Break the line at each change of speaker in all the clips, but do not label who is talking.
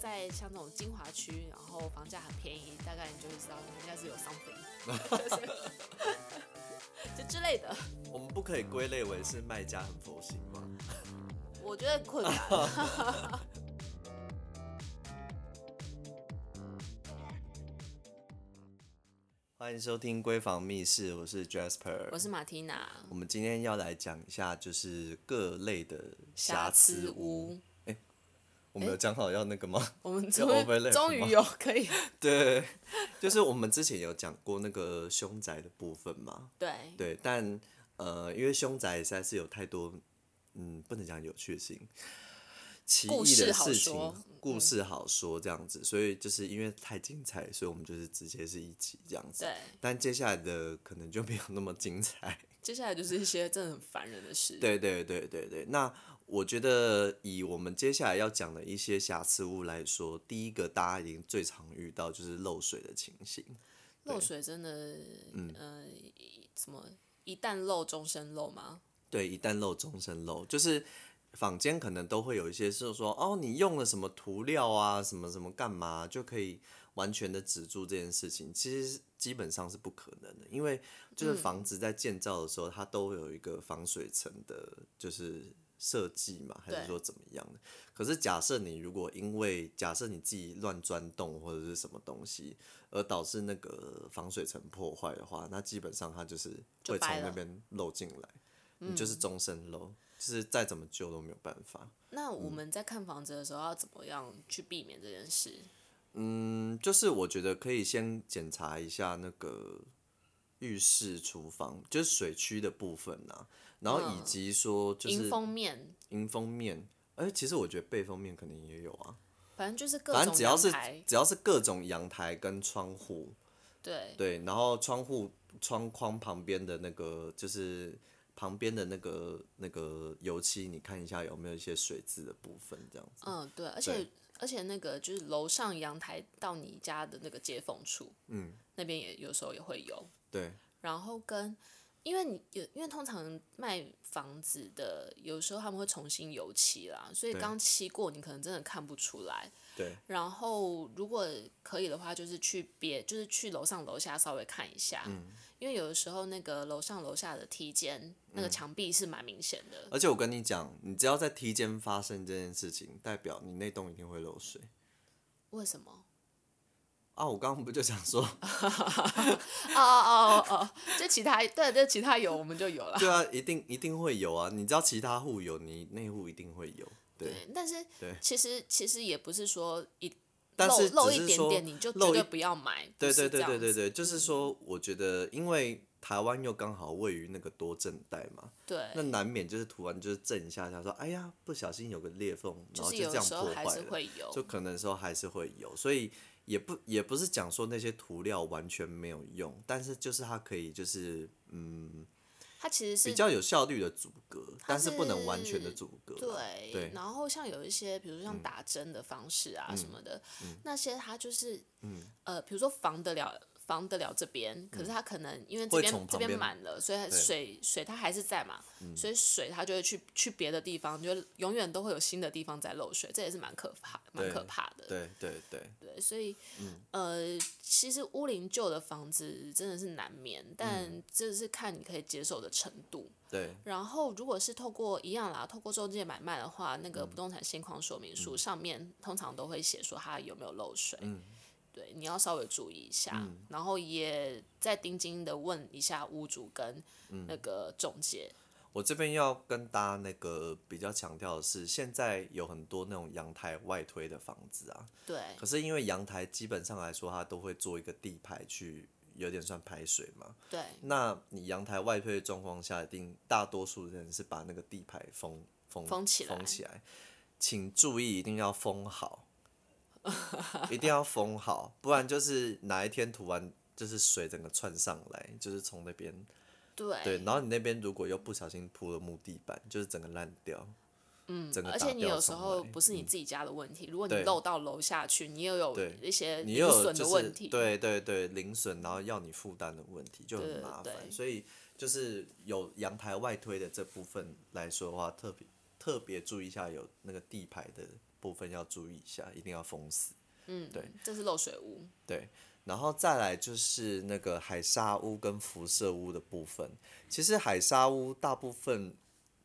在像这种精华区，然后房价很便宜，大概你就会知道人家是有 something，就是 就之类的。
我们不可以归类为是卖家很佛心吗？
我觉得困难。
欢迎收听《闺房密室》，我是 Jasper，
我是马缇娜，
我们今天要来讲一下，就是各类的瑕疵屋。。我们有讲好要那个吗？
我们
要
终于
overlap
终于
吗
有可以
对，就是我们之前有讲过那个凶宅的部分嘛。
对
对，但呃，因为凶宅实在是有太多，嗯，不能讲有趣性，奇
故
异
事
的
好
事情
说，嗯
故事好说这样子，所以就是因为太精彩，所以我们就是直接是一集这样子。
对，
但接下来的可能就没有那么精彩。
接下来就是一些真的很烦人的事。
对对对对对，那我觉得以我们接下来要讲的一些瑕疵物来说，第一个大家已经最常遇到就是漏水的情形。
漏水真的，嗯、呃，什么一旦漏终身漏吗？
对，一旦漏终身漏，就是坊间可能都会有一些是说，哦，你用了什么涂料啊，什么什么干嘛，就可以完全的止住这件事情。其实基本上是不可能的，因为就是房子在建造的时候，它都有一个防水层的，就是设计嘛，还
对
是说怎么样的？可是假设你如果因为假设你自己乱钻洞或者是什么东西，而导致那个防水层破坏的话，那基本上它就是
就
会从
掰
那
了嗯
边漏进来。你就是终身 low，、就是再怎么救都没有办法。
那我们在看房子的时候要怎么样去避免这件事？
嗯，就是我觉得可以先检查一下那个浴室、厨房，就是水区的部分呐、然后以
嗯
及说就
迎
是
风面，
迎风面，哎、其实我觉得背风面可能也有啊，
反正就是各
反正
种
只要
阳
是
台，
只要是各种阳台跟窗户，
对，
对，然后窗户窗框旁边的那个就是。旁边的那个那个油漆，你看一下有没有一些水渍的部分，这样子。
嗯，对，而且而且那个就是楼上阳台到你家的那个接缝处，嗯，那边也有时候也会有。
对，
然后跟，因为你有，因为通常卖房子的，有时候他们会重新油漆啦，所以
对
刚漆过你可能真的看不出来。
对，
然后如果可以的话，就是去别，就是去楼上楼下稍微看一下，
嗯
因为有的时候那个楼上楼下的梯间那个墙壁是蛮明显的。
嗯而且我跟你讲，你只要在梯间发生这件事情，代表你那栋一定会漏水
为什么？
啊！我刚刚不就想说，
哦哦哦哦哦，就其他对对，其他有我们就有了。
对啊，一定一定会有啊！你知道其他户有，你那户一定会有，对。
对，但是
对
其实其只是也不是说一
但是
漏漏
只
一
是
点
说
点你就绝
漏
对
一
不要买，不
对对
是
对
这
对
样
对
子
对，就是说，我觉得因为台湾又刚好位于那个多震带嘛，那
对，
难免就是突然就是震一下，他说，哎呀，不小心有个裂缝，然后
是
就
有
这样
时候
破坏
还是
了，
会有
就，可能时候还是会有，所以也不也不是讲说那些涂料完全没有用，但是就是它可以就是嗯
它其实
比
是
较有效率的阻隔，
它
但是不能完全的
是
阻隔啦。
对，
对嗯
然后像有一些，比如说像打针的方式啊什么的，那些它就是，
嗯
呃，比如说防得了。防得了这边，可是它可能因为这
会
边
从
这
旁
边
边
满了，所以它
对嗯
水水它还是在嘛，所以水它就会去去别的地方，就永远都会有新的地方在漏水，这也是蛮可怕蛮
对
可怕的。
对嗯对对
对，所以、呃，其实屋龄旧的房子真的是难免，
嗯
但这是看你可以接受的程度。
对
然后，如果是透过一样啦，透过中介买卖的话，那个
嗯
不动产现况说明书上面通常都会写说它有没有漏水。
嗯
对，你要稍微注意一下，然后也再盯紧的问一下屋主跟
嗯
那个中介。
我这边要跟大家那个比较强调的是，现在有很多那种阳台外推的房子啊，
对，
可是因为阳台基本上来说，它都会做一个地排去，有点算排水嘛。
对，
那你阳台外推的状况下，一定大多数人是把那个地排封封
封起来
封起来。请注意，一定要封好，一定要封好，不然就是哪一天突然就是水整个窜上来，就是从那边
对，
对，然后你那边如果又不小心铺了木地板，就是整个烂掉，嗯，整个
而且
打
你
掉
有时
重
候
来嗯
不是你自己家的问题，如果你
对
漏到楼下去，你又有
对
一些
你
零
又有
损
就
的
是
问题。
对对对，零损，然后要你负担的问题就
对
很
对
麻
对
烦，所以就是有阳台外推的这部分来说的话，特别特别注意一下，有那个地排的部分要注意一下，一定要封死。
嗯，
对，
这是漏水屋，
对，然后再来就是那个海沙屋跟辐射屋的部分。其实海沙屋大部分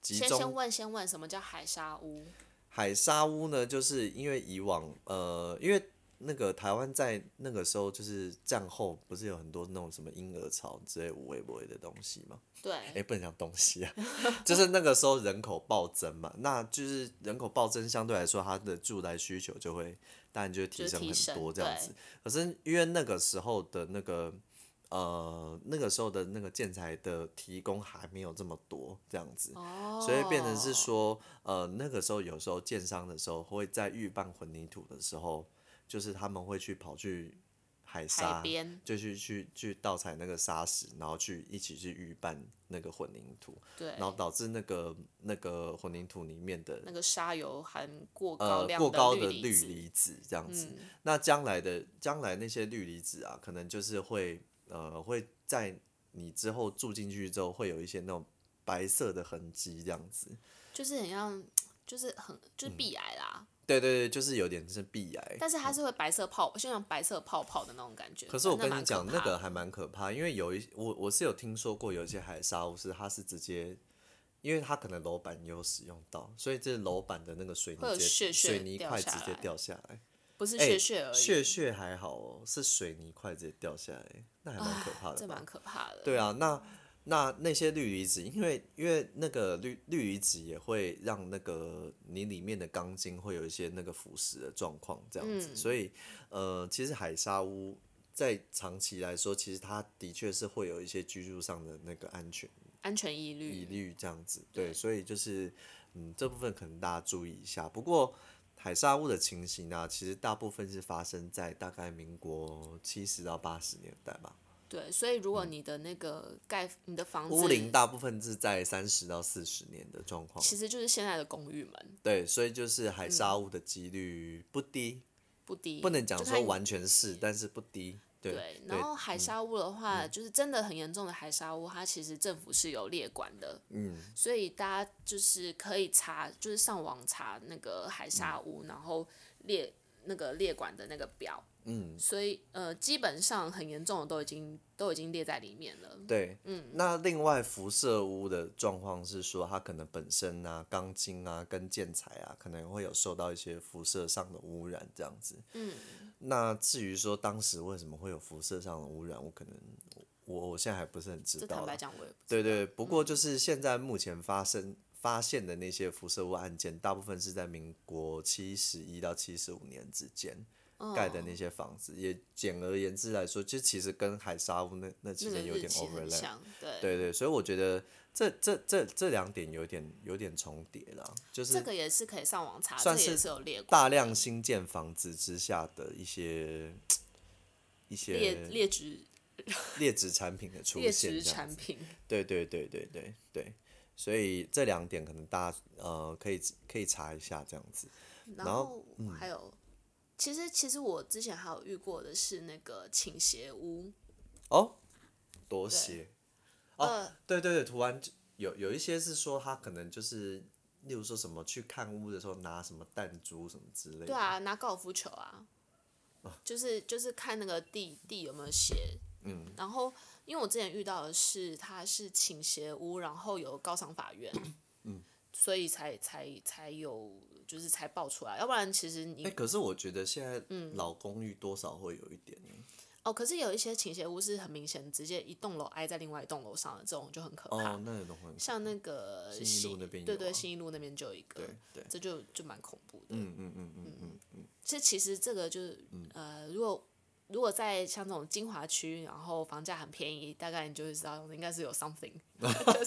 集
先先
中
问先问什么叫海沙屋？
海沙屋呢，就是因为以往呃，因为那个台湾在那个时候就是战后，不是有很多那种什么婴儿潮之类无微不微的东西吗？哎、
对，
不能讲东西啊， 就是那个时候人口暴增嘛，那就是人口暴增，相对来说它的住宅需求就会，当然就会提升
就是提
很
升
多这样子。可是因为那个时候的那个呃，那个时候的那个建材的提供还没有这么多这样子，
哦，
所以变成是说，呃，那个时候有时候建商的时候会在预拌混凝土的时候，就是他们会去跑去海沙
海边，
就去去去盗采那个沙石，然后去一起去预拌那个混凝土，
对
然，后导致那个那个混凝土里面的
那个沙油含过高
呃
量
过高
的
的氯
子，
离子这样子。
嗯
那将来的将来那些氯离子啊，可能就是会呃会在你之后住进去之后，会有一些那种白色的痕迹这样子。
就是很像，就是很
嗯
就是壁癌啦，
对对对，就是有点是壁癌。
但是它是会白色泡，就像白色泡泡哎的那种感觉。
可是我跟
蛮
你讲，
可
那
怕
个
的
还蛮可怕，因为有一我我是有听说过有一些海沙屋是它是直接，因为它可能楼板有使用到，所以这楼板的那个水泥
会有
直接
屑屑
水泥
掉
块
下
直接
来
掉下来，
不是
哎
血血而已，
屑屑还好哦，是水泥块直接掉下来，那还蛮可怕的
这
吧
蛮？可怕的。
对啊，那那那些氯离子，因为因为那个氯氯离子也会让那个你里面的钢筋会有一些那个腐蚀的状况，这样子，
嗯
所以呃，其实海沙屋在长期来说，其实它的确是会有一些居住上的那个安全
安全疑虑，
疑虑这样子，对，所以就是嗯，这部分可能大家注意一下。不过海沙屋的情形呢、其实大部分是发生在大概民国七十到八十年代吧。
对，所以如果你的那个盖、你的房子，
嗯屋龄大部分是在三十到四十年的状况，
其实就是嗯现在的公寓们
对，所以就是海沙屋的几率不低，
不低，
不能讲
就
说
看
完全是，但是不低，对嗯
对，然后海沙屋的话，就是真的很严重的海沙屋，它其实政府是有列管的，嗯，所以大家就是可以查，就是上网查那个海沙
嗯
屋，然后列那个列管的那个表，嗯，所以呃，基本上很严重的都已经都已经列在里面了，
对，嗯，那另外辐射屋的状况是说，它可能本身啊、钢筋啊、跟建材啊，可能会有受到一些辐射上的污染这样子。嗯，那至于说当时为什么会有辐射上的污染，我可能我我现在还不是很知
这坦
道啦
白。讲我也不
对对，
嗯
不过就是现在目前发生发现的那些辐射物案件，大部分是在民国七十一到七十五年之间
哦
盖
嗯
的那些房子。也简而言之来说，就其实跟海沙屋那那其
那个
实有
日
点
期很
overlap。
像，对，
对对，所以我觉得这这这这两点有点有点重叠啦，就
这
是
个也是可以上网查，
算
这个也
是
是有列管
大量新建房子之下的一些
列
一些
列值
劣质产品的出
列
现，
值
这样
产
子
品，
对对对对对对，所以这两点可能大家呃可以可以查一下这样子。
然
然后
后嗯还有，其实其实我之前还有遇过的是那个倾斜屋，
哦，多鞋，
呃，
对对对，图案就有有一些是说他可能就是，例如说什么去看屋的时候拿什么弹珠什么之类的。
对啊，拿高尔夫球啊，就是就是看那个地地有没有斜，嗯，然后因为我之前遇到的是它是倾斜屋，然后有高赏法院，嗯，所以才才才有就是才爆出来，要不然其实你
哎、可是我觉得现在
嗯
老公寓多少会有一点欸、
哦，可是有一些倾斜屋是很明显直接一栋楼挨在另外一栋楼上的，这种就很可怕。
哦，那有的会。
像那个
信义路那边
对
有啊
对，新一路那边就有一个，
对对，
这就就蛮恐怖的。
嗯嗯嗯嗯嗯，
这其实这个就是、呃，如果如果在像这种精华区，然后房价很便宜，大概你就会知道应该是有 something，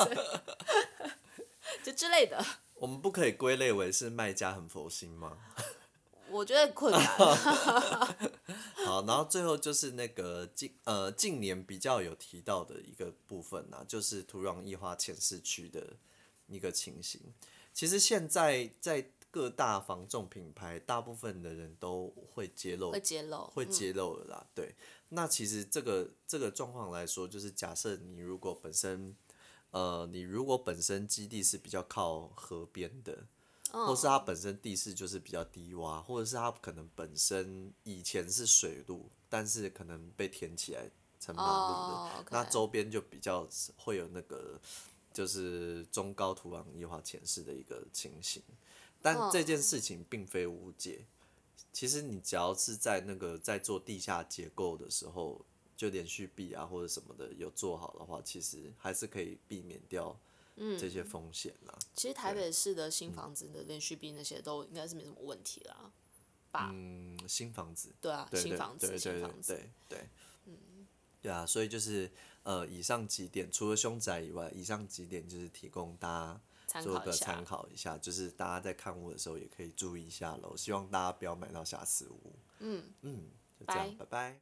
就是 就之类的。
我们不可以归类为是卖家很佛心吗？
我觉得困 难，
好，然后最后就是那个近呃近年比较有提到的一个部分呐、就是土壤异化浅市区的一个情形。其实现在在各大房仲品牌，大部分的人都会揭露
会揭露，嗯
会揭露的啦。对，那其实这个这个状况来说，就是假设你如果本身，呃，你如果本身基地是比较靠河边的，
嗯
或
哦
是它本身地势就是比较低洼，或者是它可能本身以前是水路，但是可能被填起来成马路的
哦，OK
那周边就比较是会有那个就是中高土壤液化潜势的一个情形。但这
哦
件事情并非无解，其实你只要是在那个在做地下结构的时候，就连续壁啊或者什么的有做好的话，其实还是可以避免掉
嗯
这些风险啦、
其实台北市的
嗯
新房子的连续壁那些都应该是没什么问题啦，吧？
嗯，新房子。
对啊，
对
新房子，
对对
新
对
房子，
对对，嗯，对啊，所以就是呃，以上几点除了凶宅以外，以上几点就是提供大家
参
做
考一
个参
下。
考一下，就是大家在看屋的时候也可以注意一下喽。希望大家不要买到瑕疵屋。嗯嗯，就这样，拜拜